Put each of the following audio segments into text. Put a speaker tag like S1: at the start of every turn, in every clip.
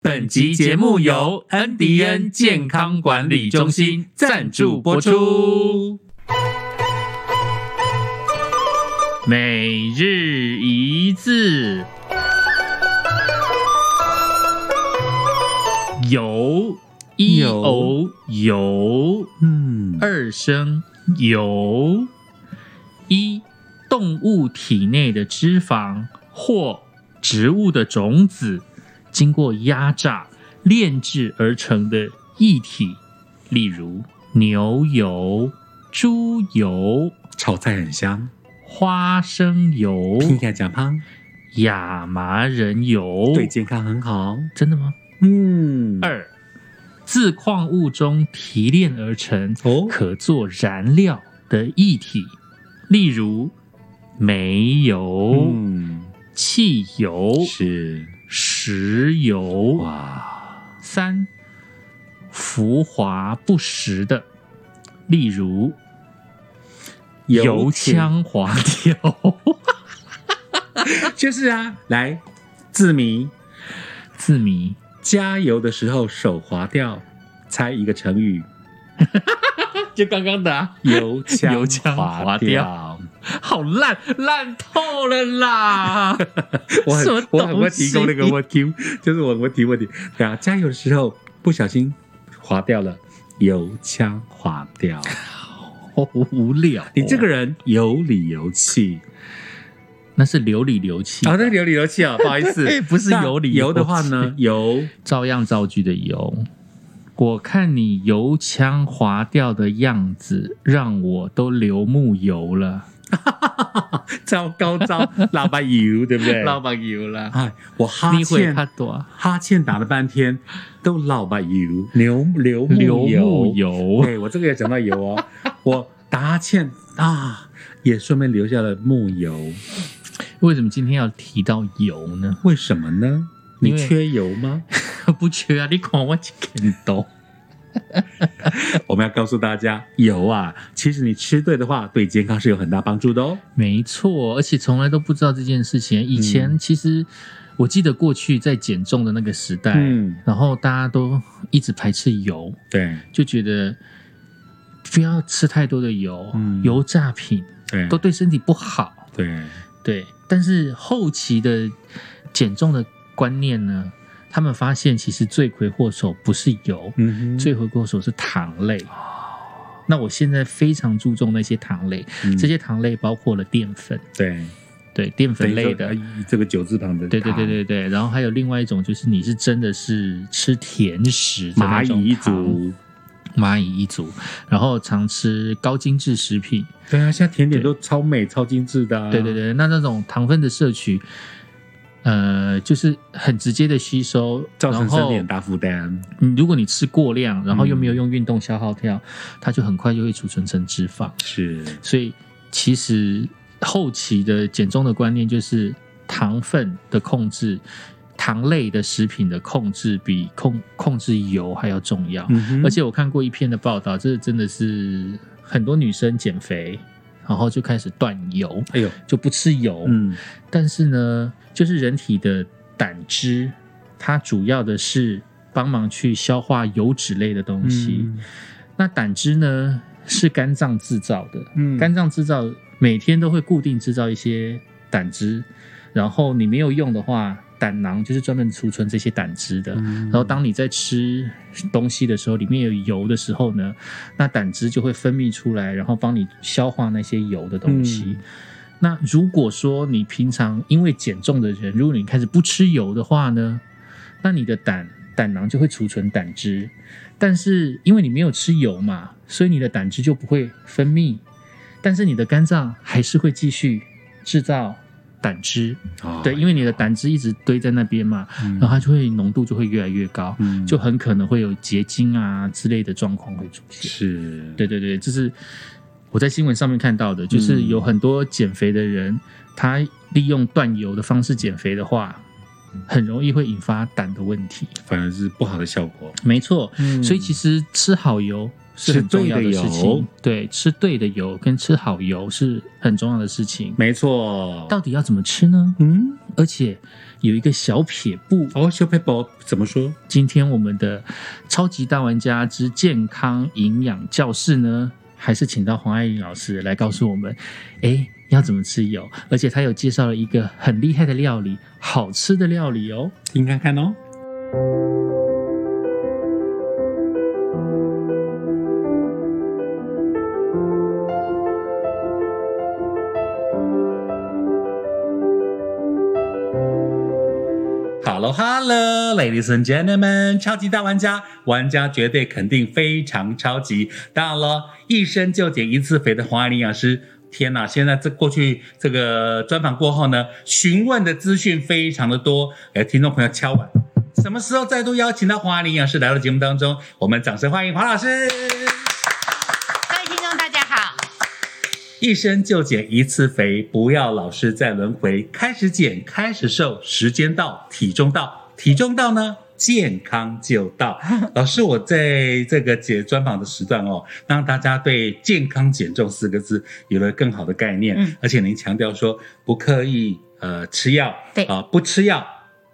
S1: 本集节目由恩迪恩健康管理中心赞助播出。每日一字，油一
S2: 油
S1: 偶油，
S2: 嗯，
S1: 二声油。一，动物体内的脂肪或植物的种子，经过压榨炼制而成的液体，例如牛油、猪油、
S2: 炒菜很香，
S1: 花生油、
S2: 听起来讲胖，
S1: 亚麻仁油。
S2: 对健康很好。
S1: 真的吗？
S2: 嗯，
S1: 二，自矿物中提炼而成
S2: 哦
S1: 可做燃料的液体，例如煤油、
S2: 嗯，
S1: 汽油、
S2: 是
S1: 石油。
S2: 哇，
S1: 三，浮华不实的，例如油腔滑调、
S2: 腔就是啊，来字谜，
S1: 字谜、
S2: 加油的时候手滑掉，猜一个成 语，
S1: 就刚刚的、啊，
S2: 油腔
S1: 油腔滑调。好烂，烂透了啦！
S2: 我
S1: 什么
S2: 很我很会
S1: 东西
S2: 提供那个问题， 就是我很会提问题。对啊，加油的时候不小心滑掉了，油腔滑调。
S1: 好无聊哦、
S2: 你这个人有理有气
S1: 那是流里流气，
S2: 啊，那个有理有气 啊，不好意思
S1: 不是有理
S2: 那油
S1: 有
S2: 的话呢， 油
S1: 照样造句的油。我看你油腔滑调的样子，让我都流木油了，
S2: 糟糕糟，老板油对不 对？
S1: 板油了。
S2: 哎，我哈
S1: 你会
S2: 欠
S1: 他多
S2: 哈欠打了半天，都老板油，牛牛木
S1: 流木
S2: 油。
S1: 油，
S2: 对我这个也讲到油 哦，我打哈欠啊，也顺便留下了木油。
S1: 为什么今天要提到油呢？
S2: 为什么呢？
S1: 因
S2: 你
S1: 为
S2: 缺油吗？
S1: 不缺啊，你看我几根都。
S2: 我们要告诉大家，油啊，其实你吃对的话，对健康是有很大帮助的哦。
S1: 没错，而且从来都不知道这件事情。以
S2: 嗯
S1: 前其实我记得过去在减重的那个时代，
S2: 嗯，
S1: 然后大家都一直排斥油，
S2: 对
S1: 就觉得不要吃太多的油，
S2: 嗯
S1: 油炸品
S2: 对
S1: 都对身体不好。
S2: 对，
S1: 对，但是后期的减重的观念呢，他们发现其实罪魁祸首不是油，
S2: 嗯哼，
S1: 罪魁祸首是糖类。那我现在非常注重那些糖类，
S2: 嗯
S1: 这些糖类包括了淀粉，
S2: 对
S1: 对淀粉类的
S2: 等于，说呃这个九字旁的，
S1: 对对对，对对，然后还有另外一种就是你是真的是吃甜食的那
S2: 蚂
S1: 种
S2: 蚁一
S1: 糖
S2: 族。
S1: 蚂蚁一族，然后常吃高精致食品。
S2: 对啊，现在甜点都超美、超精致的、啊。
S1: 对对，对，那那种糖分的摄取，呃，就是很直接的吸收，
S2: 造成
S1: 然
S2: 身
S1: 后
S2: 体很大负担。
S1: 嗯如果你吃过量，然后又没有用运动消耗掉，它就很快就会储存成脂肪。
S2: 是，
S1: 所以其实后期的减重的观念就是糖分的控制。糖类的食品的控制比控控制油还要重要。
S2: 嗯哼
S1: 而且我看过一篇的报道，这真的是很多女生减肥，然后就开始断油，
S2: 哎呦，
S1: 就不吃油。
S2: 嗯，
S1: 但是呢，就是人体的胆汁，它主要的是帮忙去消化油脂类的东西。
S2: 嗯
S1: 那胆汁呢，是肝脏制造的，
S2: 嗯
S1: 肝脏制造每天都会固定制造一些胆汁，然后你没有用的话，胆囊就是专门储存这些胆汁的。
S2: 嗯
S1: 然后当你在吃东西的时候，里面有油的时候呢，那胆汁就会分泌出来，然后帮你消化那些油的东西。
S2: 嗯
S1: 那如果说你平常因为减重的人，如果你开始不吃油的话呢，那你的胆胆囊就会储存胆汁，但是因为你没有吃油嘛，所以你的胆汁就不会分泌，但是你的肝脏还是会继续制造胆汁，
S2: 哦
S1: 对，因为你的胆汁一直堆在那边嘛，
S2: 嗯
S1: 然后它就会浓度就会越来越高，
S2: 嗯
S1: 就很可能会有结晶啊之类的状况会出现。
S2: 是，
S1: 对对对，这是我在新闻上面看到的，就是
S2: 嗯
S1: 有很多减肥的人，他利用断油的方式减肥的话，很容易会引发胆的问题。
S2: 反而是不好的效果。
S1: 没错，
S2: 嗯
S1: 所以其实吃好油是很重要
S2: 吃对
S1: 事
S2: 的油
S1: 情。对，吃对的油跟吃好油是很重要的事情。
S2: 没错，
S1: 到底要怎么吃呢？
S2: 嗯，
S1: 而且有一个小撇步。
S2: 哦，小佩宝怎么说？
S1: 今天我们的超级大玩家之健康营养教室呢，还是请到黄爱玲老师来告诉我们，哎，要怎么吃油？而且他有介绍了一个很厉害的料理，好吃的料理哦。
S2: 听看看哦。Hello Hello Ladies and Gentlemen，超级大玩家，玩家绝对肯定非常超级。当然了，一生就减一次肥的黄爱玲营养师。天呐！现在这过去这个专访过后呢，询问的资讯非常的多，哎，听众朋友敲碗，什么时候再度邀请到黄爱玲营养师来到节目当中？我们掌声欢迎黄老师。
S3: 各位听众，大家好。
S2: 一生就减一次肥，不要老是在轮回。开始减，开始瘦，时间到，体重到，体重到呢，健康就 到。老师，我在这个解专访的时段哦，让大家对“健康减重”四个字有了更好的概念，
S3: 嗯
S2: 而且您强调说不刻意呃吃药，
S3: 对
S2: 啊、不吃药。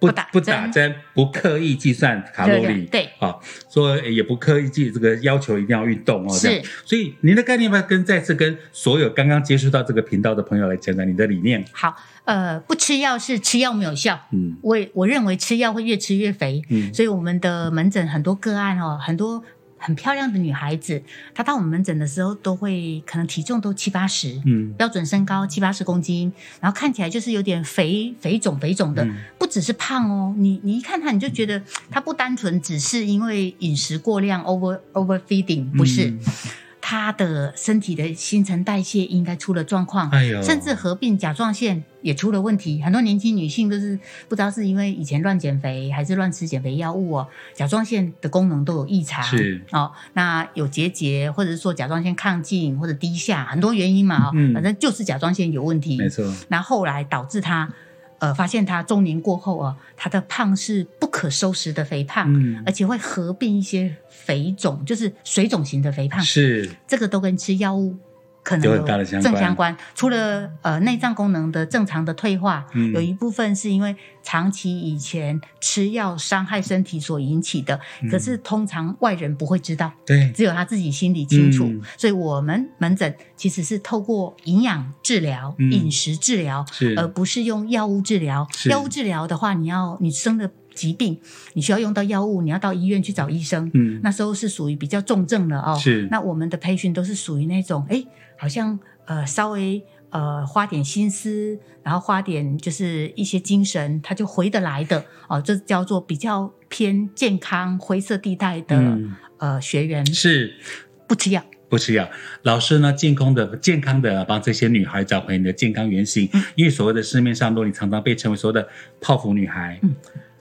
S3: 不打
S2: 不打针，不刻意计算卡路
S3: 热
S2: 里，
S3: 量对
S2: 啊，说也不刻意记这个要求一定要运动哦，这样
S3: 是。
S2: 所以您的概念要不要跟再次跟所有刚刚接触到这个频道的朋友来讲讲你的理念？
S3: 好，呃，不吃药是吃药没有效。
S2: 嗯
S3: 我也我认为吃药会越吃越肥，
S2: 嗯
S3: 所以我们的门诊很多个案哦，很多很漂亮的女孩子，她到我们门诊的时候都会可能体重都七八十，
S2: 嗯
S3: 标准身高七八十公斤，然后看起来就是有点肥肥肿肥肿的，
S2: 嗯
S3: 不只是胖哦，你你一看她你就觉得她不单纯只是因为饮食过量 over overfeeding，不是。
S2: 嗯
S3: 她的身体的新陈代谢应该出了状况，
S2: 哎呦，
S3: 甚至合并甲状腺也出了问题。很多年轻女性都是不知道是因为以前乱减肥还是乱吃减肥药物哦，甲状腺的功能都有异常。
S2: 是
S3: 哦，那有结节，或者是说甲状腺亢进或者低下，很多原因嘛哦。
S2: 嗯
S3: 反正就是甲状腺有问题。
S2: 没错，
S3: 那后来导致她，呃，发现她中年过后啊，她的胖是不可收拾的肥胖，
S2: 嗯
S3: 啊而且会合并一些肥肿，就是水肿型的肥胖。
S2: 是
S3: 这个都跟吃药物可能
S2: 有很大的相关
S3: 正相关。除了呃内脏功能的正常的退化，
S2: 嗯
S3: 有一部分是因为长期以前吃药伤害身体所引起的，
S2: 嗯
S3: 可是通常外人不会知道，
S2: 对，
S3: 只有他自己心里清楚。
S2: 嗯
S3: 所以我们门诊其实是透过营养治疗、
S2: 嗯
S3: 饮食治疗，
S2: 是
S3: 而不是用药物治疗
S2: 是。
S3: 药物治疗的话，你要你生了疾病，你需要用到药物，你要到医院去找医生。
S2: 嗯
S3: 那时候是属于比较重症了哦。
S2: 是
S3: 那我们的培训都是属于那种，哎，好像呃稍微呃花点心思，然后花点就是一些精神，他就回得来的哦。这叫做比较偏健康灰色地带的、
S2: 嗯
S3: 呃学员
S2: 是
S3: 不吃药。
S2: 不吃药。老师呢，健康的、健康的帮这些女孩找回你的健康原型。
S3: 嗯
S2: 因为所谓的市面上，如果你常常被称为所谓的泡芙女孩、
S3: 嗯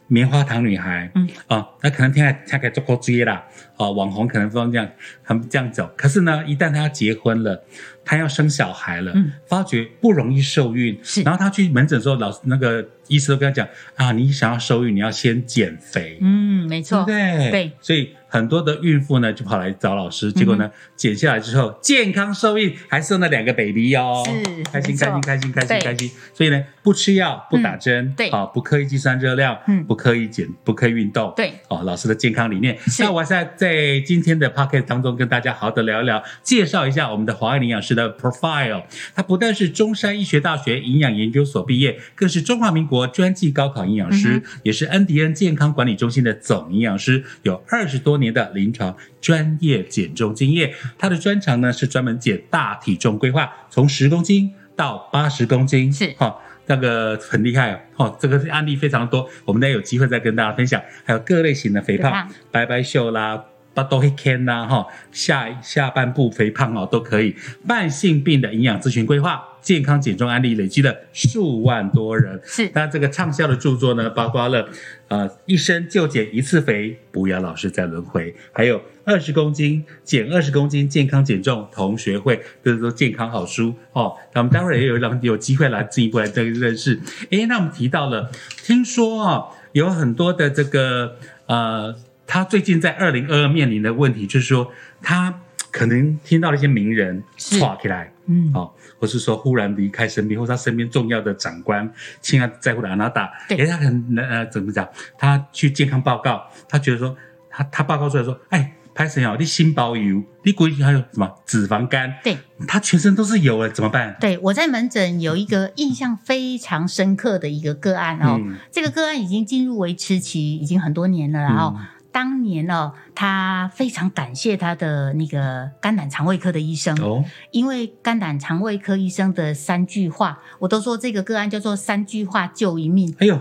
S2: 棉花糖女孩，
S3: 嗯
S2: 啊，那可能听来听起来做过追啦，啊，网红可能不能这样，他们这样走。可是呢，一旦她要结婚了，她要生小孩了，
S3: 嗯
S2: 发觉不容易受孕，
S3: 是
S2: 然后她去门诊的时候，老那个医师都跟她讲啊，你想要受孕，你要先减肥，
S3: 嗯，
S2: 对
S3: 没
S2: 不
S3: 错，
S2: 对？
S3: 对，嗯
S2: 所以很多的孕妇呢就跑来找老师，结果呢减下来之后健康受孕，还生了两个 baby 哦，
S3: 是
S2: 开心
S3: 没错
S2: 开心开心开心
S3: 对嗯
S2: 开心。所以呢，不吃药，不打针，
S3: 对
S2: 啊，不刻意计算热量，
S3: 嗯
S2: 不刻意减，不刻意运动，。
S3: 对，
S2: 哦，老师的健康理念。
S3: 是
S2: 那我在在今天的 p o c k e t 当中跟大家好好的聊一聊，介绍一下我们的华爱营养师的 profile。他不但是中山医学大学营养研究所毕业，更是中华民国专技高考营养师，
S3: 嗯
S2: 也是恩迪恩健康管理中心的总营养师，有二十多年的临床专业减重经验。他的专长呢是专门解大体重规划，从十公斤到八十公斤，
S3: 是
S2: 哈、那个很厉害哦，哦，这个案例非常多，我们呢有机会再跟大家分享。还有各类型的肥
S3: 肥
S2: 胖
S3: 胖，
S2: 白白秀啦。巴豆黑 can 啦，哈，下下半部肥胖哦都可以。慢性病的营养咨询规划，健康减重案例累积了数万多人。
S3: 是
S2: 那这个畅销的著作呢，包括了呃一生就减一次肥，不要老是在轮回，还有二十公斤减二十公斤健康减重同学会，这都是健康好书哦。那我们待会儿也有让有机会来进一步来这个认识。诶，那我们提到了，听说哦，有很多的这个呃，他最近在二零二二面临的问题就是说他。可能听到了一些名人
S3: 是
S2: 唰起来，
S3: 嗯，
S2: 哦，或是说忽然离开身边，或是他身边重要的长官、亲爱在乎的阿娜达，
S3: 对
S2: 诶他很呃怎么讲？他去健康报告，他觉得说他他报告出来说，哎，拍谁哦，你心包油，你估计还有什么脂肪肝，
S3: 对，
S2: 他全身都是油了，怎么办？
S3: 对，我在门诊有一个印象非常深刻的一个个案哦，
S2: 嗯
S3: 这个个案已经进入维持期，已经很多年了，然后。
S2: 嗯
S3: 当年哦，他非常感谢他的那个肝胆肠胃科的医生，
S2: 哦，
S3: 因为肝胆肠胃科医生的三句话，我都说这个个案叫做“三句话救一命
S2: 哎呦，”，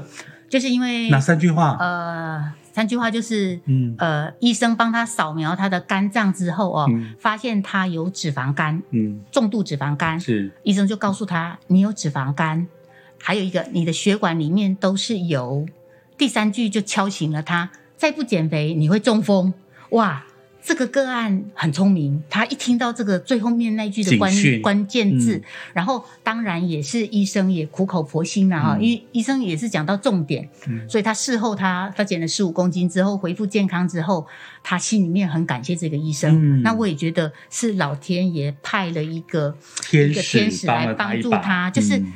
S3: 就是因为
S2: 哪三句话？
S3: 嗯呃，三句话就是
S2: 嗯
S3: 呃，医生帮他扫描他的肝脏之后哦，
S2: 嗯
S3: 发现他有脂肪肝，
S2: 嗯，
S3: 重度脂肪肝，
S2: 是
S3: 医生就告诉他你有脂肪肝，还有一个你的血管里面都是油。第三句就敲醒了他，再不减肥你会中风。哇，这个个案很聪明，他一听到这个最后面那句的关
S2: 警讯
S3: 关键字，
S2: 嗯
S3: 然后当然也是医生也苦口婆心了啊哈、
S2: 嗯
S3: 因为医生也是讲到重点，
S2: 嗯
S3: 所以他事后他他减了十五公斤之后恢复健康之后，他心里面很感谢这个医生。
S2: 嗯
S3: 那我也觉得是老天爷派了一个
S2: 天
S3: 一个
S2: 使
S3: 天使
S2: 帮
S3: 来
S2: 了他
S3: 帮
S2: 一
S3: 助
S2: 把
S3: 他，就是
S2: 嗯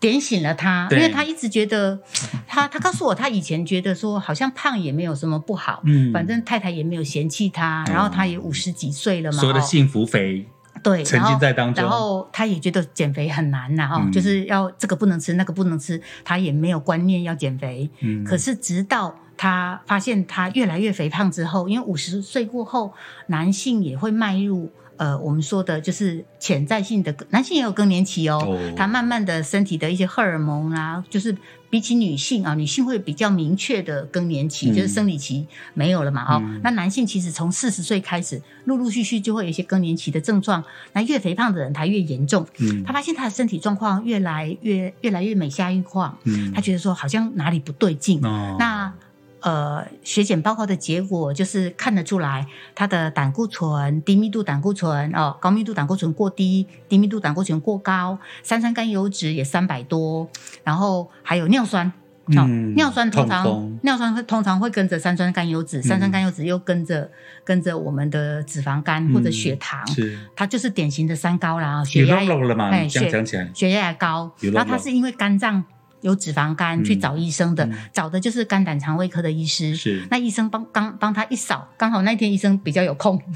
S3: 点醒了他，因
S2: 对
S3: 为他一直觉得 他他告诉我，他以前觉得说好像胖也没有什么不好，
S2: 嗯
S3: 反正太太也没有嫌弃他，
S2: 嗯
S3: 然后他也五十几岁了嘛，
S2: 所有的
S3: 哦
S2: 幸福肥，
S3: 对，
S2: 沉浸在当中
S3: 然后，然后他也觉得减肥很难呐、哦，
S2: 嗯
S3: 就是要这个不能吃，那个不能吃，他也没有观念要减肥。
S2: 嗯，
S3: 可是直到他发现他越来越肥胖之后，因为五十岁过后，男性也会迈入。呃，我们说的就是潜在性的，男性也有更年期哦。
S2: 哦
S3: 他慢慢的身体的一些荷尔蒙啦、就是比起女性啊，女性会比较明确的更年期，
S2: 嗯
S3: 就是生理期没有了嘛。哦，
S2: 嗯
S3: 那男性其实从四十岁开始，陆陆续续就会有一些更年期的症状。那越肥胖的人，他越严重。
S2: 嗯
S3: 他发现他的身体状况越来越越来越每下愈况，
S2: 嗯
S3: 他觉得说好像哪里不对劲。
S2: 哦
S3: 那呃，血检报告的结果就是看得出来，他的胆固醇、低密度胆固醇哦，高密度胆固醇过低，低密度胆固醇过高，三酸甘油脂也三百多，然后还有尿酸。哦
S2: 嗯
S3: 尿酸通
S2: 痛风嗯
S3: 常尿酸会通常会跟着三酸甘油脂，三酸甘油脂又跟着跟着我们的脂肪肝或者
S2: 嗯
S3: 血糖，
S2: 是
S3: 它就是典型的三高啦，哦
S2: 有
S3: 血压
S2: 肉肉了嘛？
S3: 哎
S2: 你这样
S3: 血
S2: 讲起来，
S3: 血压也高，
S2: 有
S3: 然
S2: 漏
S3: 后他
S2: 漏
S3: 是因为肝脏有脂肪肝
S2: 嗯
S3: 去找医生的，
S2: 嗯
S3: 找的就是肝胆肠胃科的医师。
S2: 是
S3: 那医生帮刚帮他一扫，刚好那天医生比较有空，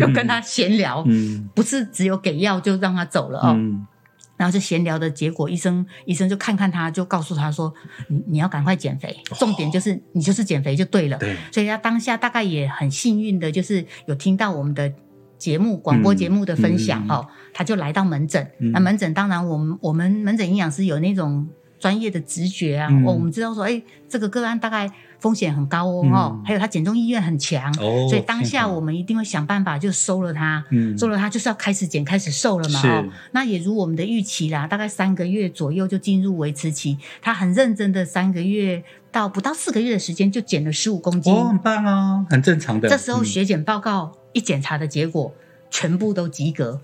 S3: 就跟他闲聊，
S2: 嗯
S3: 不是只有给药就让他走了哦。
S2: 嗯
S3: 然后就闲聊的结果，医生医生就看看他，就告诉他说：“你你要赶快减肥，重点就是、你就是减肥就对了。”
S2: 对，
S3: 所以他当下大概也很幸运的，就是有听到我们的节目广播节目的分享、
S2: 嗯
S3: 哦，他就来到门诊。
S2: 嗯
S3: 那门诊当然，我们我们门诊营养师有那种专业的直觉啊，
S2: 嗯
S3: 哦，我们知道说，哎，这个个案大概风险很高哦，
S2: 嗯
S3: 哦还有他减重意愿很强，
S2: 哦，
S3: 所以当
S2: 幸
S3: 下
S2: 好
S3: 我们一定会想办法就收了他。
S2: 嗯
S3: 收了他就是要开始减，开始瘦了嘛
S2: 是
S3: 哦，那也如我们的预期啦，大概三个月左右就进入维持期。他很认真的三个月到不到四个月的时间就减了十五公斤，
S2: 哦，很棒啊，很正常的。
S3: 这时候
S2: 嗯
S3: 血检报告一检查的结果，全部都及格，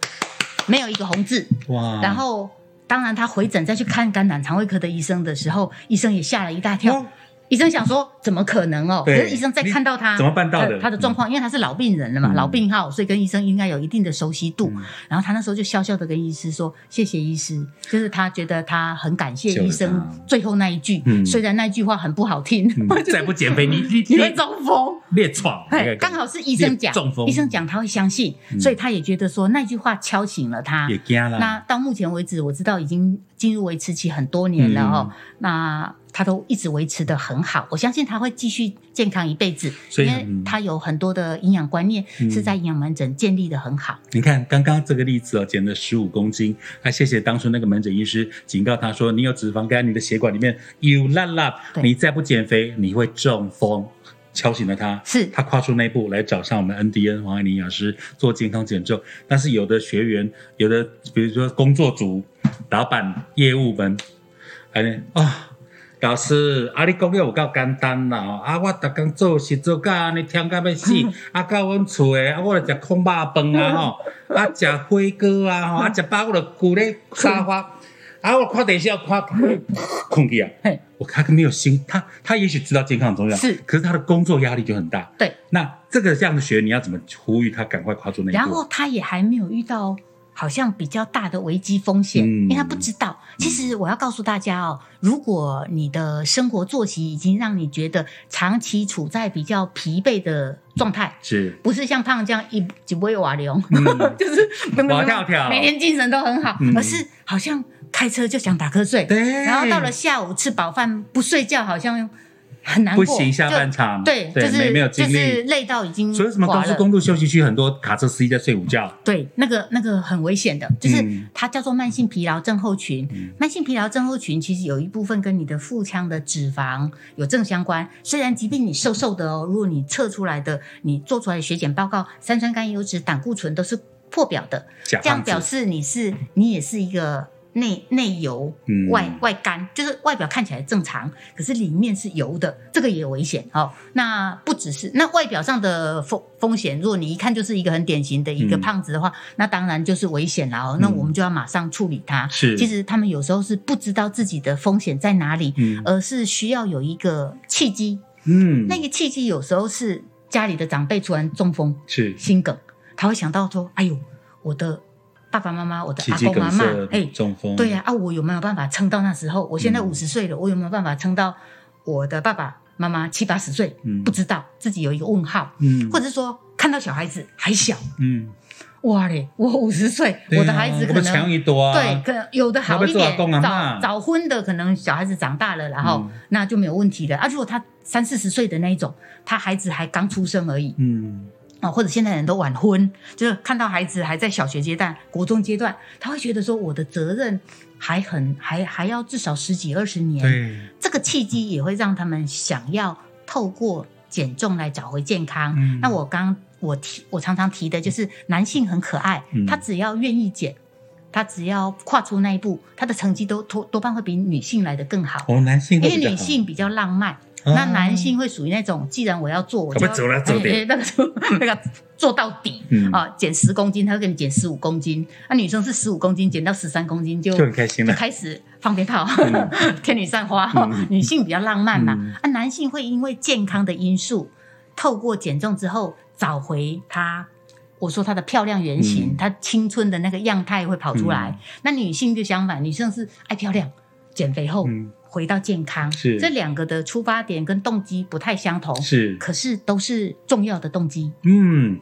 S3: 没有一个红字。
S2: 哇，
S3: 然后，当然他回诊再去看肝胆肠胃科的医生的时候，医生也吓了一大跳。
S2: 哦
S3: 医生想说，怎么可能哦？可
S2: 对
S3: 是医生再看到他呃
S2: 你怎么办到的
S3: 他他的状况，因为他是老病人了嘛，
S2: 嗯
S3: 老病号，所以跟医生应该有一定的熟悉度。
S2: 嗯
S3: 然后他那时候就笑笑的跟医师说：“谢谢医师。”就是他觉得他很感谢医
S2: 救了
S3: 生
S2: 他
S3: 最后那一句，
S2: 嗯
S3: 虽然那句话很不好听，
S2: 嗯再不减肥，你你
S3: 你会中风。
S2: 列闯，
S3: 嘿
S2: 那个
S3: 刚好是医生讲
S2: 列中，风，
S3: 医生讲他会相信，
S2: 嗯
S3: 所以他也觉得说那句话敲醒了他
S2: 也。惊了。
S3: 那到目前为止，我知道已经进入维持期很多年
S2: 嗯
S3: 了哦，那他都一直维持的很好，我相信他会继续健康一辈子，
S2: 所
S3: 因
S2: 以
S3: 为
S2: 嗯
S3: 他有很多的营养观念
S2: 嗯
S3: 是在营养门诊建立的很好。
S2: 你看刚刚这个例子哦，减了十五公斤，那谢谢当初那个门诊医师警告他说，你有脂肪肝，你的血管里面有烂烂，
S3: 对
S2: 你再不减肥，你会中风。敲醒了他，
S3: 是
S2: 他跨出那一步来找上我们 NDN 黄爱玲营养师做健康减重。但是有的学员，有的比如说工作组、老板、业务们，哎啊、老师，啊，你讲了有够简单啦！哦啊，我逐工做事做甲安尼，忝甲要 死。啊，到阮厝诶，啊，我着食空肉 饭啊吼，啊，食火锅啊吼，啊，食饱我着跍咧沙发。啊，我看等一下，看 空气啊
S3: 嘿，
S2: 我他没有心，他他也许知道健康很重要，
S3: 是
S2: 可是他的工作压力就很大。
S3: 对，
S2: 那这个这样的学，你要怎么呼吁他赶快跨出那一步？
S3: 然后他也还没有遇到好像比较大的危机风险，
S2: 嗯
S3: 因为他不知道。其实我要告诉大家哦，如果你的生活作息已经让你觉得长期处在比较疲惫的状态。
S2: 是，
S3: 不是像胖这样一几不会瓦流，
S2: 嗯
S3: 就是
S2: 哇跳跳
S3: 每天精神都很好，
S2: 嗯
S3: 而是好像开车就想打瞌睡，
S2: 对，
S3: 然后到了下午吃饱饭不睡觉，好像很难
S2: 不
S3: 过，
S2: 行，下
S3: 就
S2: 半场
S3: 对，就
S2: 没
S3: 是
S2: 没有精
S3: 就
S2: 力，
S3: 是累到已经
S2: 所以什么高
S3: 垮
S2: 速
S3: 嗯了
S2: 公路休息区很多卡车司机在睡午觉，
S3: 对，那个那个很危险的，
S2: 嗯
S3: 就是它叫做慢性疲劳症候群。
S2: 嗯
S3: 慢性疲劳症候群其实有一部分跟你的腹腔的脂肪有正相关。虽然即便你瘦瘦的哦，如果你测出来的、你做出来的血检报告，三酸甘油脂、胆固醇都是破表的，
S2: 假
S3: 这样
S2: 胖
S3: 表
S2: 子，
S3: 示你是你也是一个内内油
S2: 嗯
S3: 外外干，就是外表看起来正常，可是里面是油的，这个也有危险哦。那不只是那外表上的风风险，如果你一看就是一个很典型的一个
S2: 嗯
S3: 胖子的话，那当然就是危险了哦。那
S2: 嗯
S3: 我们就要马上处理它。
S2: 是
S3: 其实他们有时候是不知道自己的风险在哪里，
S2: 嗯
S3: 而是需要有一个契机。
S2: 嗯，
S3: 那个契机有时候是家里的长辈突然中风，
S2: 是
S3: 心梗，他会想到说：“哎呦，我的爸爸妈妈，我的
S2: 奇
S3: 阿
S2: 迹
S3: 公
S2: 梗
S3: 阿妈
S2: 塞，，嗯
S3: 哎、
S2: 中风，
S3: 对呀、啊，我有没有办法撑到那时候？我现在
S2: 嗯
S3: 五十岁了，我有没有办法撑到我的爸爸妈妈七八十岁？
S2: 嗯
S3: 不知道自己有一个问号，
S2: 嗯
S3: 或者说看到小孩子还小，
S2: 嗯，
S3: 哇嘞，我五十岁，
S2: 对啊
S3: 我的孩子可
S2: 我们强
S3: 能。
S2: 一多啊，
S3: 对，可能有的好
S2: 要
S3: 一
S2: 不要做阿
S3: 点
S2: 公，阿嬷
S3: 早早婚的可能小孩子长大了，然后、
S2: 嗯
S3: 那就没有问题了啊。如果他三四十岁的那一种，他孩子还刚出生而已，
S2: 嗯，
S3: 哦，或者现在人都晚婚，就是看到孩子还在小学阶段、国中阶段，他会觉得说我的责任还很还还要至少十几二十年。
S2: 对，
S3: 这个契机也会让他们想要透过减重来找回健康。
S2: 嗯
S3: 那我刚我提我常常提的就是男性很可爱，
S2: 嗯
S3: 他只要愿意减，他只要跨出那一步，他的成绩都多多半会比女性来的更好。
S2: 哦，男性
S3: 因
S2: 会
S3: 为
S2: 比较好
S3: 女性比较浪漫，
S2: 啊
S3: 那男性会属于那种，既然我要做，我
S2: 我
S3: 就
S2: 们
S3: 要
S2: 走了走
S3: 哎
S2: 点
S3: 哎 那个就那个做到底
S2: 嗯
S3: 啊，减十公斤，他会给你减十五公斤。那女生是十五公斤，减到十三公斤就
S2: 就很开心
S3: 就
S2: 了，
S3: 开始放鞭炮， 天女散花
S2: 嗯。
S3: 女性比较浪漫嘛
S2: 嗯，
S3: 啊，男性会因为健康的因素，透过减重之后找回他。我说她的漂亮原型，
S2: 嗯
S3: 她青春的那个样态会跑出
S2: 嗯
S3: 来。那女性就相反，女性是爱漂亮，减肥后、
S2: 嗯
S3: 回到健康，
S2: 是
S3: 这两个的出发点跟动机不太相同，
S2: 是。
S3: 可是都是重要的动机。
S2: 嗯，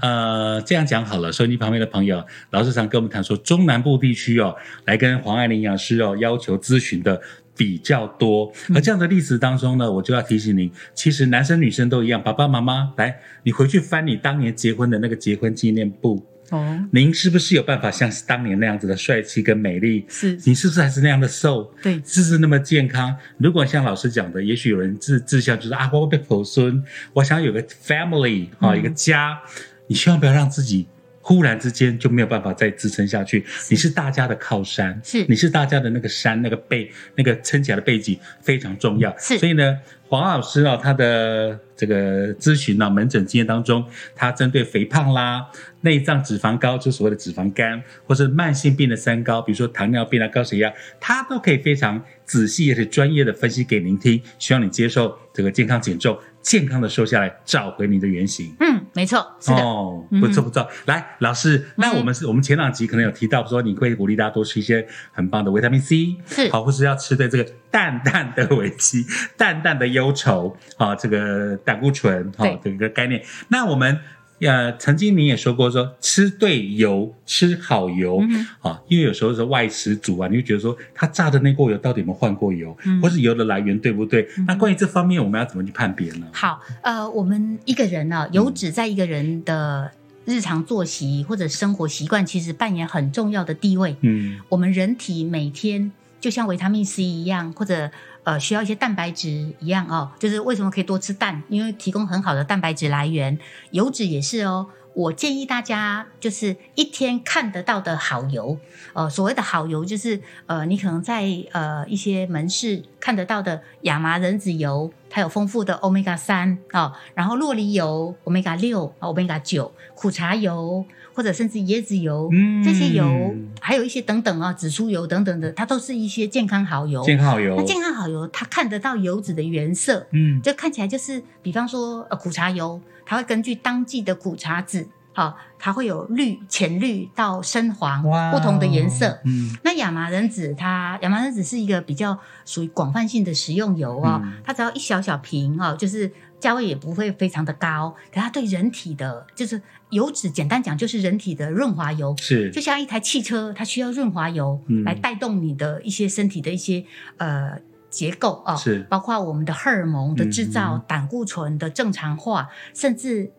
S2: 呃，这样讲好了。收音机旁边的朋友，老师常跟我们谈说，中南部地区哦，来跟黄爱玲营养师哦要求咨询的比较多。而这样的例子当中呢，我就要提醒您，其实男生女生都一样，爸爸妈妈来，你回去翻你当年结婚的那个结婚纪念簿，
S3: 哦，
S2: 您是不是有办法像当年那样子的帅气跟美丽？
S3: 是
S2: 你是不是还是那样的瘦？
S3: 对
S2: 是不是那么健康？如果像老师讲的，也许有人志志向就是啊，我要被口孙，我想有个 family 啊、
S3: 嗯
S2: 一个家。你千万不要让自己忽然之间就没有办法再支撑下去。你是大家的靠山，
S3: 是
S2: 你是大家的那个山，那个背，那个撑起来的背景非常重要。
S3: 是
S2: 所以呢，黄老师啊，他的这个咨询呢、门诊经验当中，他针对肥胖啦、内脏脂肪高，就所谓的脂肪肝，或是慢性病的三高，比如说糖尿病啊、高血压，他都可以非常仔细而且专业的分析给您听，希望你接受这个健康减重，健康的瘦下来，找回你的原形。
S3: 嗯，没错，是的，嗯
S2: 哦，不错不错。来，老师，那我们是、我们前两集可能有提到说，你会鼓励大家多吃一些很棒的维他命 C，
S3: 是
S2: 好，或是要吃的这个淡淡的危机、 淡淡的忧愁啊，这个胆固醇啊
S3: 对，
S2: 这个概念。那我们。呃，曾经你也说过说吃对油，吃好油、
S3: 嗯
S2: 啊，因为有时候是外食族啊，你会觉得说他炸的那锅油到底有没有换过油，
S3: 嗯
S2: 或是油的来源对不对？
S3: 嗯
S2: 那关于这方面，我们要怎么去判别呢？
S3: 好，呃，我们一个人呢、油脂在一个人的日常作息或者生活习惯，其实扮演很重要的地位。
S2: 嗯
S3: 我们人体每天就像维他命 C 一样，或者呃需要一些蛋白质一样哦，就是为什么可以多吃蛋，因为提供很好的蛋白质来源。油脂也是哦。我建议大家就是一天看得到的好油，呃，所谓的好油就是呃，你可能在呃一些门市看得到的亚麻仁籽油，还有丰富的 omega 三啊，然后洛梨油 omega 六、omega 呃九、苦茶油或者甚至椰子油、
S2: 嗯
S3: 这些油，还有一些等等啊，紫苏油等等的，它都是一些健康好油。
S2: 健康好油
S3: 哦那，健康好油，它看得到油脂的原色，
S2: 嗯，
S3: 就看起来就是，比方说呃苦茶油，它会根据当季的苦茶籽，好、它会有绿、浅绿到深黄
S2: 哇，哦
S3: 不同的颜色。
S2: 嗯，
S3: 那亚麻仁籽它，亚麻仁籽是一个比较属于广泛性的食用油哦，
S2: 嗯
S3: 它只要一小小瓶哦，就是价位也不会非常的高，可它对人体的，就是油脂，简单讲就是人体的润滑油，
S2: 是
S3: 就像一台汽车，它需要润滑油
S2: 嗯
S3: 来带动你的一些身体的一些呃结构啊、哦，
S2: 是
S3: 包括我们的荷尔蒙的制造、
S2: 嗯
S3: 胆固醇的正常化，甚至。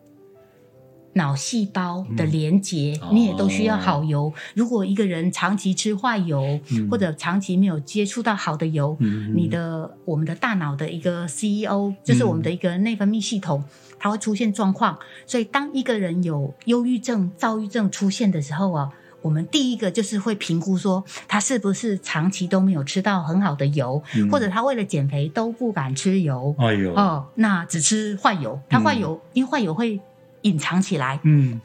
S3: 脑细胞的连接，
S2: 哦
S3: 你也都需要好油。如果一个人长期吃坏油，
S2: 嗯
S3: 或者长期没有接触到好的油，
S2: 嗯
S3: 你的我们的大脑的一个 CEO，就是我们
S2: 嗯
S3: 的一个内分泌系统，它会出现状况。所以，当一个人有忧郁症、躁郁症出现的时候啊，我们第一个就是会评估说他是不是长期都没有吃到很好的油，
S2: 嗯
S3: 或者他为了减肥都不敢吃油
S2: 哎呦，
S3: 哦，那只吃坏油。他坏油，因为坏油会隐藏起来，
S2: 嗯，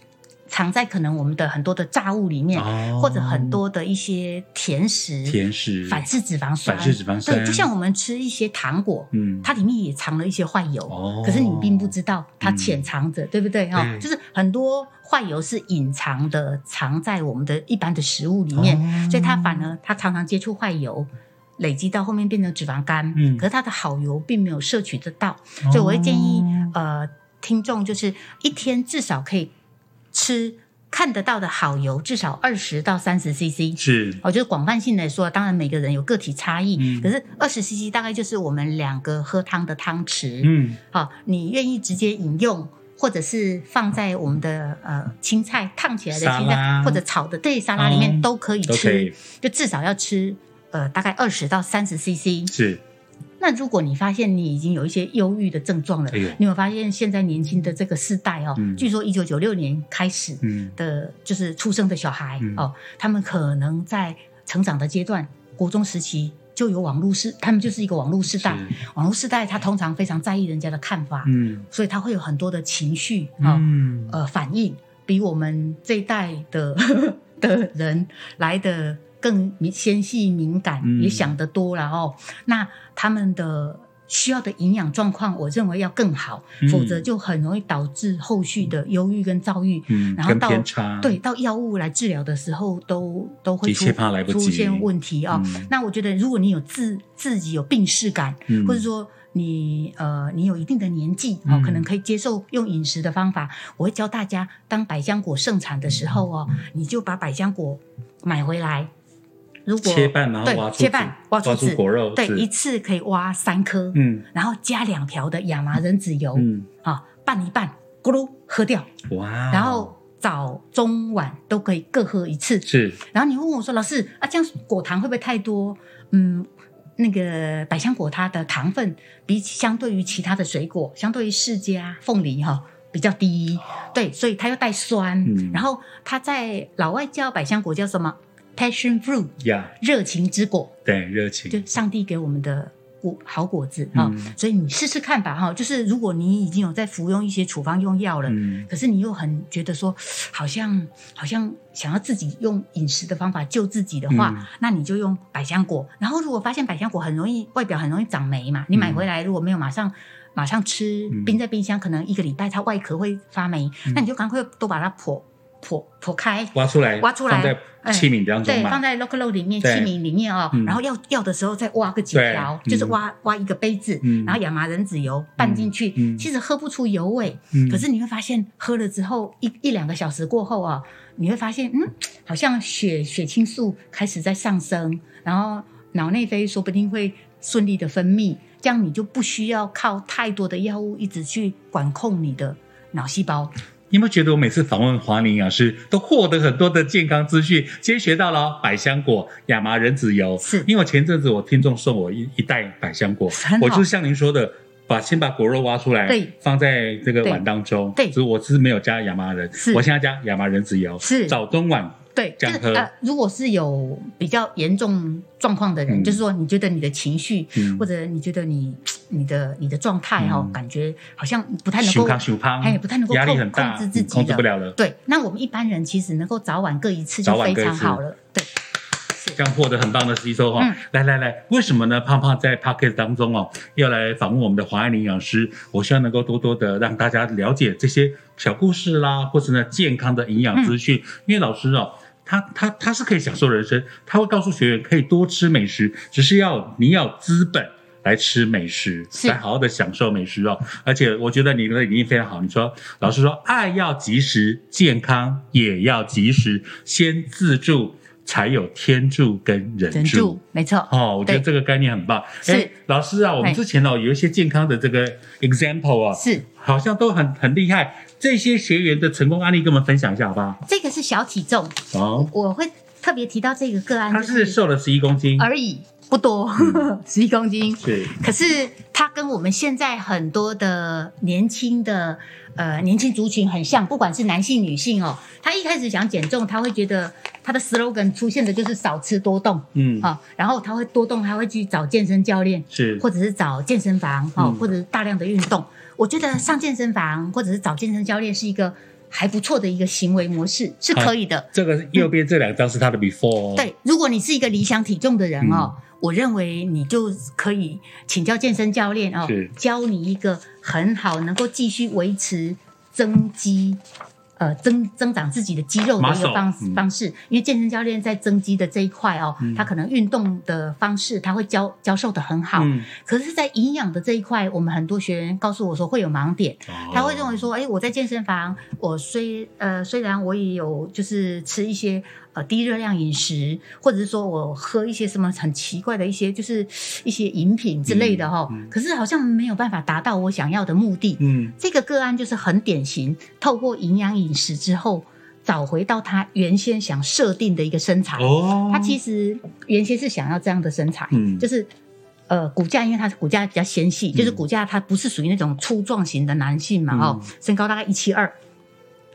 S3: 藏在可能我们的很多的炸物里面，
S2: 哦
S3: 或者很多的一些甜食、
S2: 甜食
S3: 反式脂肪酸、
S2: 反式脂肪酸
S3: 对，就像我们吃一些糖果，
S2: 嗯，
S3: 它里面也藏了一些坏油，
S2: 哦嗯
S3: 可是你并不知道它潜藏着，对不对？哈、
S2: 对
S3: 就是很多坏油是隐藏的，藏在我们的一般的食物里面，
S2: 哦
S3: 所以它反而它常常接触坏油。累积到后面变成脂肪肝，
S2: 嗯
S3: 可是它的好油并没有摄取得到，
S2: 哦
S3: 所以我会建议呃听众就是一天至少可以吃看得到的好油至少二十到三十 CC，
S2: 是
S3: 哦，就是广泛性来说，当然每个人有个体差异，
S2: 嗯
S3: 可是二十 CC 大概就是我们两个喝汤的汤匙。
S2: 嗯
S3: 好、你愿意直接饮用，或者是放在我们的呃青菜烫起来的
S2: 沙
S3: 青菜
S2: 拉，
S3: 或者炒的对沙拉里面
S2: 嗯
S3: 都可以
S2: 都可以
S3: 吃，就至少要吃呃大概二十到三十 CC。
S2: 是
S3: 那如果你发现你已经有一些忧郁的症状了，
S2: 哎呦
S3: 你有没有发现现在年轻的这个世代哦，
S2: 嗯
S3: 据说一九九六年开始，
S2: 嗯
S3: 的，就是出生的小孩、
S2: 嗯
S3: 哦，他们可能在成长的阶段，国中时期就有网络世，他们就是一个网络世代。
S2: 是
S3: 网络世代，他通常非常在意人家的看法，
S2: 嗯
S3: 所以他会有很多的情绪啊、哦
S2: 嗯
S3: 呃反应，比我们这一代的 的人来的更敏纤细敏感，
S2: 嗯
S3: 也想得多了哦。那他们的。需要的营养状况，我认为要更好，
S2: 嗯
S3: 否则就很容易导致后续的忧郁跟躁郁。
S2: 嗯，
S3: 然后
S2: 跟
S3: 到
S2: 偏差
S3: 对，到药物来治疗的时候都都会
S2: 的
S3: 出
S2: 确怕来不
S3: 出
S2: 及
S3: 现问题啊、
S2: 嗯
S3: 那我觉得，如果你有自自己有病视感，
S2: 嗯
S3: 或者说你呃你有一定的年纪哦，可能可以接受用饮食的方法，我会教大家，当百香果盛产的时候哦，
S2: 嗯
S3: 你就把百香果买回来。如果
S2: 切半然后挖
S3: 对
S2: 出
S3: 切
S2: 籽
S3: 半挖
S2: 挖
S3: 出
S2: 出
S3: 籽
S2: 果肉
S3: 对
S2: 是
S3: 一次可以挖三颗，
S2: 嗯
S3: 然后加两瓢的亚麻仁籽油
S2: 嗯
S3: 啊、拌一拌，咕噜喝掉，
S2: 哇，哦
S3: 然后早中晚都可以各喝一次。
S2: 是
S3: 然后你问我说：“老师啊，这样果糖会不会太多？”嗯，那个百香果它的糖分比起相对于其他的水果，相对于释迦、凤梨哈、比较低，对，所以它又带酸。
S2: 嗯
S3: 然后它在老外叫百香果叫什么？Passion fruit，
S2: 呀，
S3: 热情之果，
S2: 对热情
S3: 就上帝给我们的。果好果子啊、
S2: 嗯
S3: 所以你试试看吧哈。就是如果你已经有在服用一些处方用药了，
S2: 嗯
S3: 可是你又很觉得说， 好像好像想要自己用饮食的方法救自己的话，
S2: 嗯
S3: 那你就用百香果。然后如果发现百香果很容易外表很容易长霉嘛，你买回来如果没有马上马上吃
S2: 嗯，
S3: 冰在冰箱可能一个礼拜它外壳会发霉，那你就赶快都把它剖剖剖开。
S2: 挖出来
S3: 挖出来
S2: 放
S3: 哎
S2: 在器皿当中
S3: 对，
S2: 嘛，
S3: 放在 lock lock 里面器
S2: 对
S3: 皿里面哦，
S2: 嗯
S3: 然后要要的时候再挖个几
S2: 对
S3: 条，
S2: 嗯
S3: 就是挖挖一个杯子，
S2: 嗯
S3: 然后亚麻仁籽油拌进去，
S2: 嗯嗯
S3: 其实喝不出油味，
S2: 嗯
S3: 可是你会发现，喝了之后一一两个小时过后啊，你会发现，嗯，好像血血清素开始在上升，然后脑内啡说不定会顺利的分泌，这样你就不需要靠太多的药物一直去管控你的脑细胞。
S2: 你有没有觉得我每次访问华林营养师，都获得很多的健康资讯？今天学到了哦百香果、亚麻仁籽油，
S3: 是
S2: 因为我前阵子我听众送我一一袋百香果
S3: 很，好
S2: 我就是像您说的。把先把果肉挖出来，
S3: 对
S2: 放在这个碗当中。
S3: 对对
S2: 所以我是没有加亚麻仁，
S3: 是
S2: 我现在加亚麻仁籽油，
S3: 是
S2: 早中晚
S3: 对，
S2: 这
S3: 就
S2: 样
S3: 是
S2: 喝
S3: 呃，如果是有比较严重状况的人，
S2: 嗯
S3: 就是说你觉得你的情绪、
S2: 嗯
S3: 或者你觉得你你的你的状态哈、哦，感觉好像不太能
S2: 熊
S3: 够，
S2: 康熊胖，
S3: 哎也不太能够
S2: 压力
S3: 控
S2: 很大，
S3: 控制自己
S2: 嗯控制
S3: 的
S2: 不了的，
S3: 对，那我们一般人其实能够早晚各一次
S2: 早
S3: 就
S2: 晚
S3: 非
S2: 各一
S3: 常
S2: 次
S3: 好了，对，
S2: 这样获得很棒的吸收哈、
S3: 嗯
S2: 来来来，为什么呢？胖胖在 p o c k e t 当中哦，要来访问我们的华安营养师，我希望能够多多的让大家了解这些小故事啦，或是呢健康的营养资讯、
S3: 嗯
S2: 因为老师哦。他他他是可以享受人生，他会告诉学员可以多吃美食，只是要你要有资本来吃美食，
S3: 是
S2: 来好好的享受美食哦。而且我觉得你的理念非常好，你说老师说爱要及时，健康也要及时，先自助才有天助跟人助。
S3: 忍住，没错，
S2: 哦，我觉得
S3: 对
S2: 这个概念很棒。
S3: 是
S2: 哎，老师啊，我们
S3: 哎
S2: 之前哦有一些健康的这个 example 啊，
S3: 是
S2: 好像都很很厉害。这些学员的成功案例跟我们分享一下好不好？
S3: 这个是小体重，
S2: 哦，
S3: 我会特别提到这个个案，
S2: 他是嗯瘦了十一公斤，
S3: 而已，不多， 十一公斤，
S2: 是
S3: 可是它跟我们现在很多的年轻的呃年轻族群很像，不管是男性女性哦，他一开始想减重，他会觉得他的 slogan 出现的就是少吃多动
S2: 嗯
S3: 啊、然后他会多动，他会去找健身教练，
S2: 是
S3: 或者是找健身房哦，
S2: 嗯
S3: 或者是大量的运动。我觉得上健身房或者是找健身教练是一个还不错的一个行为模式，是可以的。
S2: 这个右边这两张是他的 before，哦
S3: 对，如果你是一个理想体重的人
S2: 嗯
S3: 哦，我认为你就可以请教健身教练哦
S2: 是，
S3: 教你一个很好能够继续维持增肌。呃，增增长自己的肌肉的一
S2: Muscle，
S3: 个方
S2: 嗯
S3: 方式，因为健身教练在增肌的这一块哦，他可能运动的方式他会教教授的很好，
S2: 嗯，
S3: 可是，在营养的这一块，我们很多学员告诉我说会有盲点，他会
S2: 哦
S3: 认为说，哎、我在健身房，我虽呃虽然我也有就是吃一些呃低热量饮食，或者是说我喝一些什么很奇怪的一些就是一些饮品之类的哈、可是好像没有办法达到我想要的目的。
S2: 嗯嗯
S3: 这个个案就是很典型，透过营养饮食之后，找回到他原先想设定的一个身材。
S2: 哦，
S3: 他其实原先是想要这样的身材，
S2: 嗯
S3: 就是呃骨架，因为他是骨架比较纤细，就是骨架它不是属于那种粗壮型的男性嘛，
S2: 嗯
S3: 哦，身高大概一七二，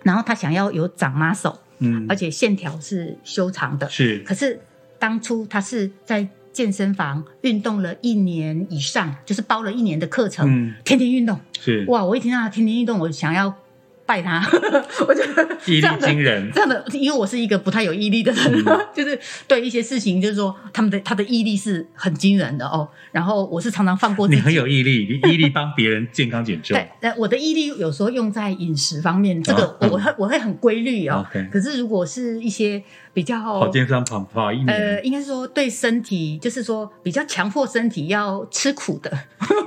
S3: 然后他想要有长 muscle，
S2: 嗯
S3: 而且线条是修长的，
S2: 是
S3: 可是当初他是在健身房运动了一年以上，就是包了一年的课程，
S2: 嗯
S3: 天天运动，
S2: 是
S3: 哇！我一听到他天天运动，我想要拜他， 我觉得
S2: 毅力
S3: 这样的
S2: 惊人，
S3: 这样的，因为我是一个不太有毅力的人，
S2: 嗯
S3: 就是对一些事情，就是说他们的他的毅力是很惊人的哦。然后我是常常放过自
S2: 你
S3: 己，
S2: 很有毅力，你毅力帮别人健康减重，
S3: 对，那我的毅力有时候用在饮食方面，这
S2: 哦
S3: 个
S2: 嗯
S3: 我会我会很规律哦
S2: OK。
S3: 可是如果是一些比较
S2: 跑健身房跑一
S3: 哦呃，
S2: 年，
S3: 应该说对身体，就是说比较强迫身体要吃苦的，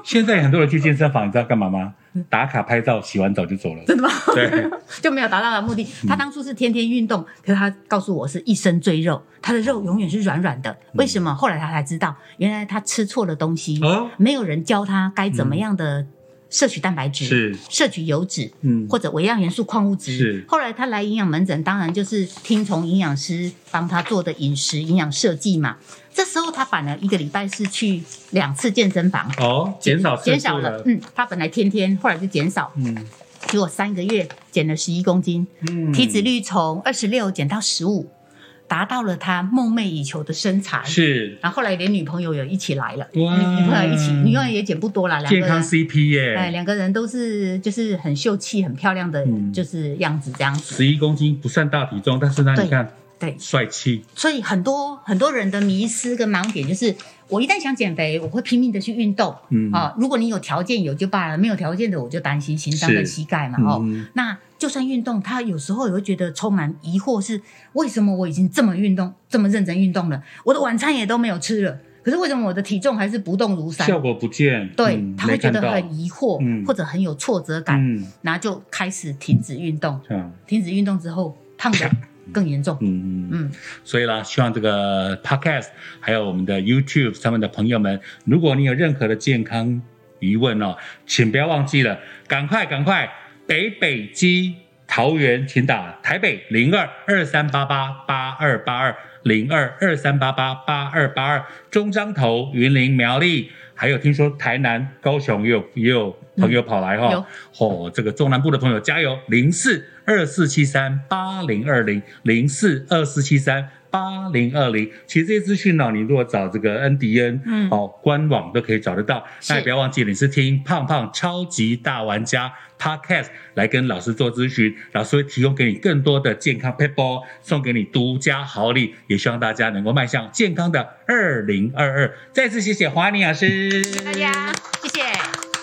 S2: 现在很多人去健身房，你知道干嘛吗？打卡拍照，洗完澡就走了。
S3: 嗯真的吗？
S2: 对，
S3: 就没有达到他的目的。
S2: 嗯
S3: 他当初是天天运动，可是他告诉我是一身赘肉，他的肉永远是软软的。为什么？后来他才知道，原来他吃错了东西，
S2: 嗯哦，
S3: 没有人教他该怎么样的摄取蛋白质、
S2: 是
S3: 摄取油脂，
S2: 嗯
S3: 或者微量元素、矿物质
S2: 是。
S3: 后来他来营养门诊，当然就是听从营养师帮他做的饮食营养设计嘛。这时候他反而一个礼拜是去两次健身房，
S2: 哦，减少次数
S3: 减少了。，嗯，他本来天天，后来就减少，
S2: 嗯
S3: 结果三个月减了十一公斤，
S2: 嗯
S3: 体脂率从二十六减到十五，达到了他梦寐以求的身材。
S2: 是
S3: 然后后来连女朋友也一起来了，女
S2: 哇
S3: 女朋友一起，女朋友也减不多啦，两个
S2: 健康
S3: 人。
S2: CP
S3: 哎，
S2: 耶，
S3: 两个人都是就是很秀气、很漂亮的，
S2: 嗯
S3: 就是样子这样子。
S2: 十一公斤不算大体重，但是呢，
S3: 对
S2: 你看
S3: 对，
S2: 帅气，
S3: 所以很多很多人的迷失跟盲点就是，我一旦想减肥，我会拼命的去运动。
S2: 嗯
S3: 啊，如果你有条件有就罢了，没有条件的我就担心心伤
S2: 是
S3: 跟膝盖嘛。哦，
S2: 嗯
S3: 那就算运动，他有时候也会觉得充满疑惑是，为什么我已经这么运动、这么认真运动了，我的晚餐也都没有吃了，可是为什么我的体重还是不动如山？
S2: 效果不见，
S3: 对，
S2: 嗯
S3: 他会觉得
S2: 没看到
S3: 很疑惑，
S2: 嗯
S3: 或者很有挫折感，
S2: 嗯
S3: 然后就开始停止运动。
S2: 嗯
S3: 停止运动之后，胖的更严重。
S2: 嗯嗯。
S3: 嗯，
S2: 所以啦，希望这个 podcast 还有我们的 YouTube 上面的朋友们，如果你有任何的健康疑问哦，请不要忘记了，赶快赶快北北基。桃园请打台北零二二三八八八二八二零二二三八八八二八二，中彰投、云林、苗栗，还有听说台南、高雄也有也有朋友跑来哈、
S3: 有
S2: 哦，这个中南部的朋友加油！零四二四七三八零二零零四二四七三八零二零。其实这些资讯呢，你如果找这个恩迪恩，
S3: 嗯
S2: 哦，官网都可以找得到。
S3: 是
S2: 那也不要忘记，你是听胖胖超级大玩家 Podcast 来跟老师做咨询，老师会提供给你更多的健康 paper，送给你独家好礼，也希望大家能够迈向健康的二零二二。再次谢谢华妮老师，
S3: 谢谢大家，谢谢，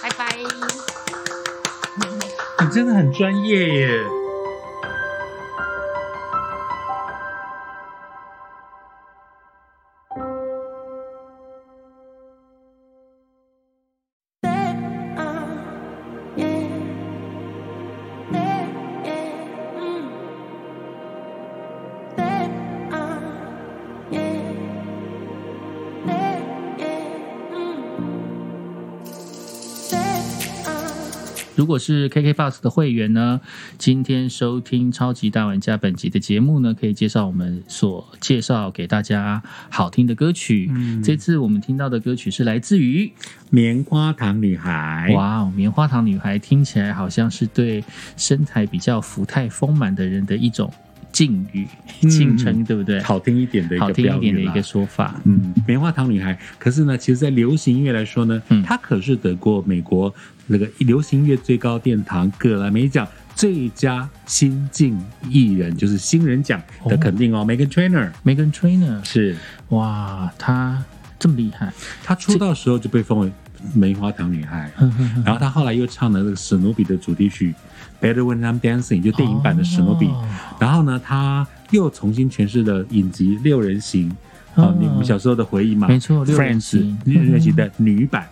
S3: 拜拜。
S2: 你真的很专业耶。
S1: 如果是 KKBOX 的会员呢，今天收听《超级大玩家》本集的节目呢，可以介绍我们所介绍给大家好听的歌曲。
S2: 嗯
S1: 这次我们听到的歌曲是来自于
S2: 棉花糖女孩，
S1: 哇哦，棉花糖女孩听起来好像是对身材比较福态丰满的人的一种敬语、
S2: 嗯
S1: 敬称，对不对？
S2: 好听一点的一
S1: 好
S2: 个
S1: 听
S2: 标
S1: 一点的
S2: 语
S1: 一
S2: 啦
S1: 个。说法。
S2: 嗯，棉花糖女孩。可是呢，其实，在流行音乐来说呢，
S1: 嗯
S2: 她可是得过美国那个流行音乐最高殿堂葛莱美奖最佳新晋艺人，就是新人奖的肯定哦。Megan Trainor
S1: Megan Trainer，
S2: 是
S1: 哇，她这么厉害，
S2: 她出道时候就被封为棉花糖女孩，然后她后来又唱了那个史努比的主题曲《Better When I'm Dancing》，就电影版的史努比。
S1: 哦
S2: 然后呢，她又重新诠释了影集《六人行》啊
S1: 哦，
S2: 你我们小时候的回忆嘛，
S1: 没错六人
S2: Friends
S1: 行嗯
S2: 六人行的女版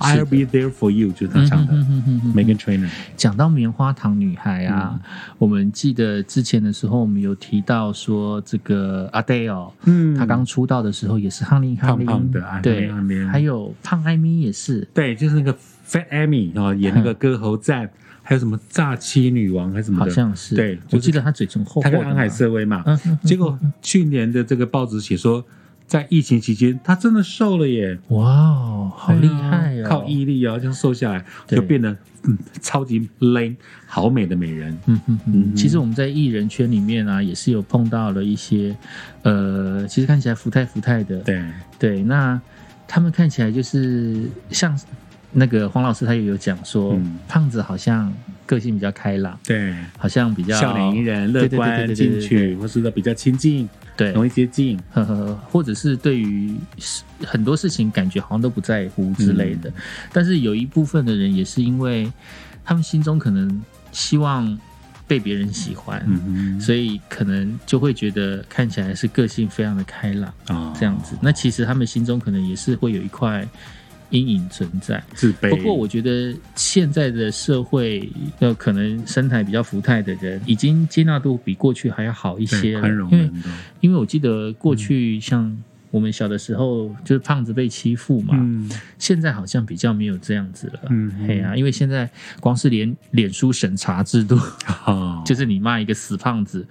S1: 是的
S2: ，I'll be there for you 就是她唱的
S1: 嗯哼哼哼哼哼
S2: Megan Trainor，
S1: 讲到棉花糖女孩啊，
S2: 嗯
S1: 我们记得之前的时候，我们有提到说这个 Adele，
S2: 嗯
S1: 她刚出道的时候也是哈林哈林
S2: 胖胖的啊
S1: 对
S2: 哈林哈林，
S1: 还有胖艾米也是，
S2: 对，就是那个 Fat Amy 哦，演那个歌喉战，还有什么炸欺女王还是什么
S1: 好
S2: 的，
S1: 像是，
S2: 嗯对
S1: 我
S2: 就是
S1: 记得她嘴唇厚厚
S2: 她
S1: 的
S2: 跟
S1: 嘛，
S2: 安海瑟薇嘛
S1: 嗯嗯，
S2: 结果去年的这个报纸写说，在疫情期间她真的瘦了耶。
S1: 哇哦，好厉害
S2: 对
S1: 哦，
S2: 啊靠毅力啊，这样瘦下来
S1: 对
S2: 就变得嗯超级 l 好美的美人。
S1: 嗯嗯嗯，
S2: 嗯
S1: 其实我们在艺人圈里面啊，也是有碰到了一些，呃，其实看起来福态福态的，
S2: 对，
S1: 对，那他们看起来就是像那个黄老师，他也有讲说，
S2: 嗯
S1: 胖子好像个性比较开朗，
S2: 对，
S1: 好像比较
S2: 笑脸迎人、乐
S1: 对对对
S2: 观
S1: 对对
S2: 进
S1: 对
S2: 取，或是比较亲近，
S1: 对，
S2: 容易接近。
S1: 呵呵，呃或者是对于很多事情感觉好像都不在乎之类
S2: 嗯
S1: 的。但是有一部分的人也是因为他们心中可能希望被别人喜欢，
S2: 嗯
S1: 所以可能就会觉得看起来是个性非常的开朗。
S2: 以啊
S1: 这样子。那其实他们心中可能也是会有一块阴影存在。
S2: 自卑。
S1: 不过我觉得现在的社会，呃，可能身材比较福态的人，已经接纳度比过去还要好一
S2: 对
S1: 些了嗯
S2: 宽容
S1: 因为
S2: 人的，
S1: 因为我记得过
S2: 嗯
S1: 去像我们小的时候，就是胖子被欺负嘛，
S2: 嗯
S1: 现在好像比较没有这样子了。
S2: 嗯
S1: 嘿呀、啊因为现在光是连脸书审查制度，
S2: 哦好，
S1: 就是你骂一个死胖子，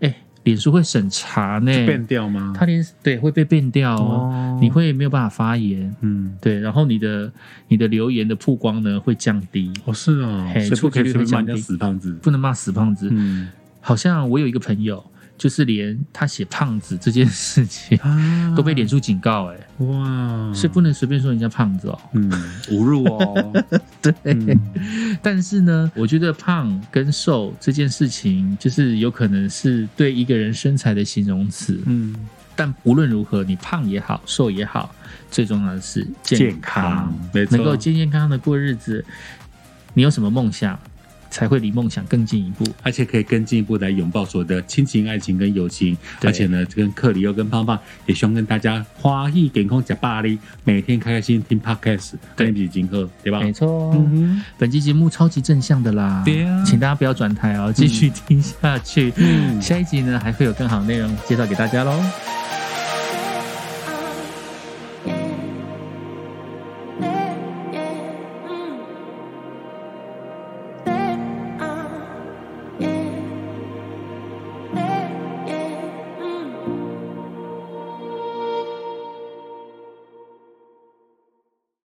S1: 哎，脸书会审查呢，
S2: 变掉吗？
S1: 他连对会被变掉哦，
S2: 哦
S1: 你会没有办法发言，
S2: 嗯，
S1: 对，然后你的你的留言的曝光呢会降低，
S2: 哦是哦，
S1: 嘿
S2: 所以不可以
S1: 出去
S2: 随
S1: 会
S2: 便骂人
S1: 降
S2: 家
S1: 低
S2: 死胖子。
S1: 不能骂死胖子。
S2: 嗯
S1: 好像我有一个朋友，就是连他写胖子这件事情、
S2: 啊
S1: 都被脸书警告、欸，哎、
S2: 哇，
S1: 是不能随便说人家胖子哦。
S2: 嗯侮辱哦，
S1: 对，
S2: 嗯
S1: 但是呢，我觉得胖跟瘦这件事情，就是有可能是对一个人身材的形容词。
S2: 嗯，
S1: 但无论如何，你胖也好，瘦也好，最重要的是健
S2: 健康没错
S1: 能够健健康康的过日子。你有什么梦想，才会离梦想更进一步。
S2: 而且可以更进一步来拥抱所有的亲情、爱情跟友情。
S1: 对
S2: 而且呢，跟克里又跟胖胖也希望跟大家花一点空讲巴黎，每天开开心心听 podcast，
S1: 对
S2: 跟你一起金鹤，对吧？
S1: 没错，
S2: 嗯
S1: 本期节目超级正向的啦，
S2: 对啊
S1: 请大家不要转台哦，继续听下去。
S2: 嗯
S1: 下一集呢还会有更好的内容介绍给大家喽。
S2: 哼，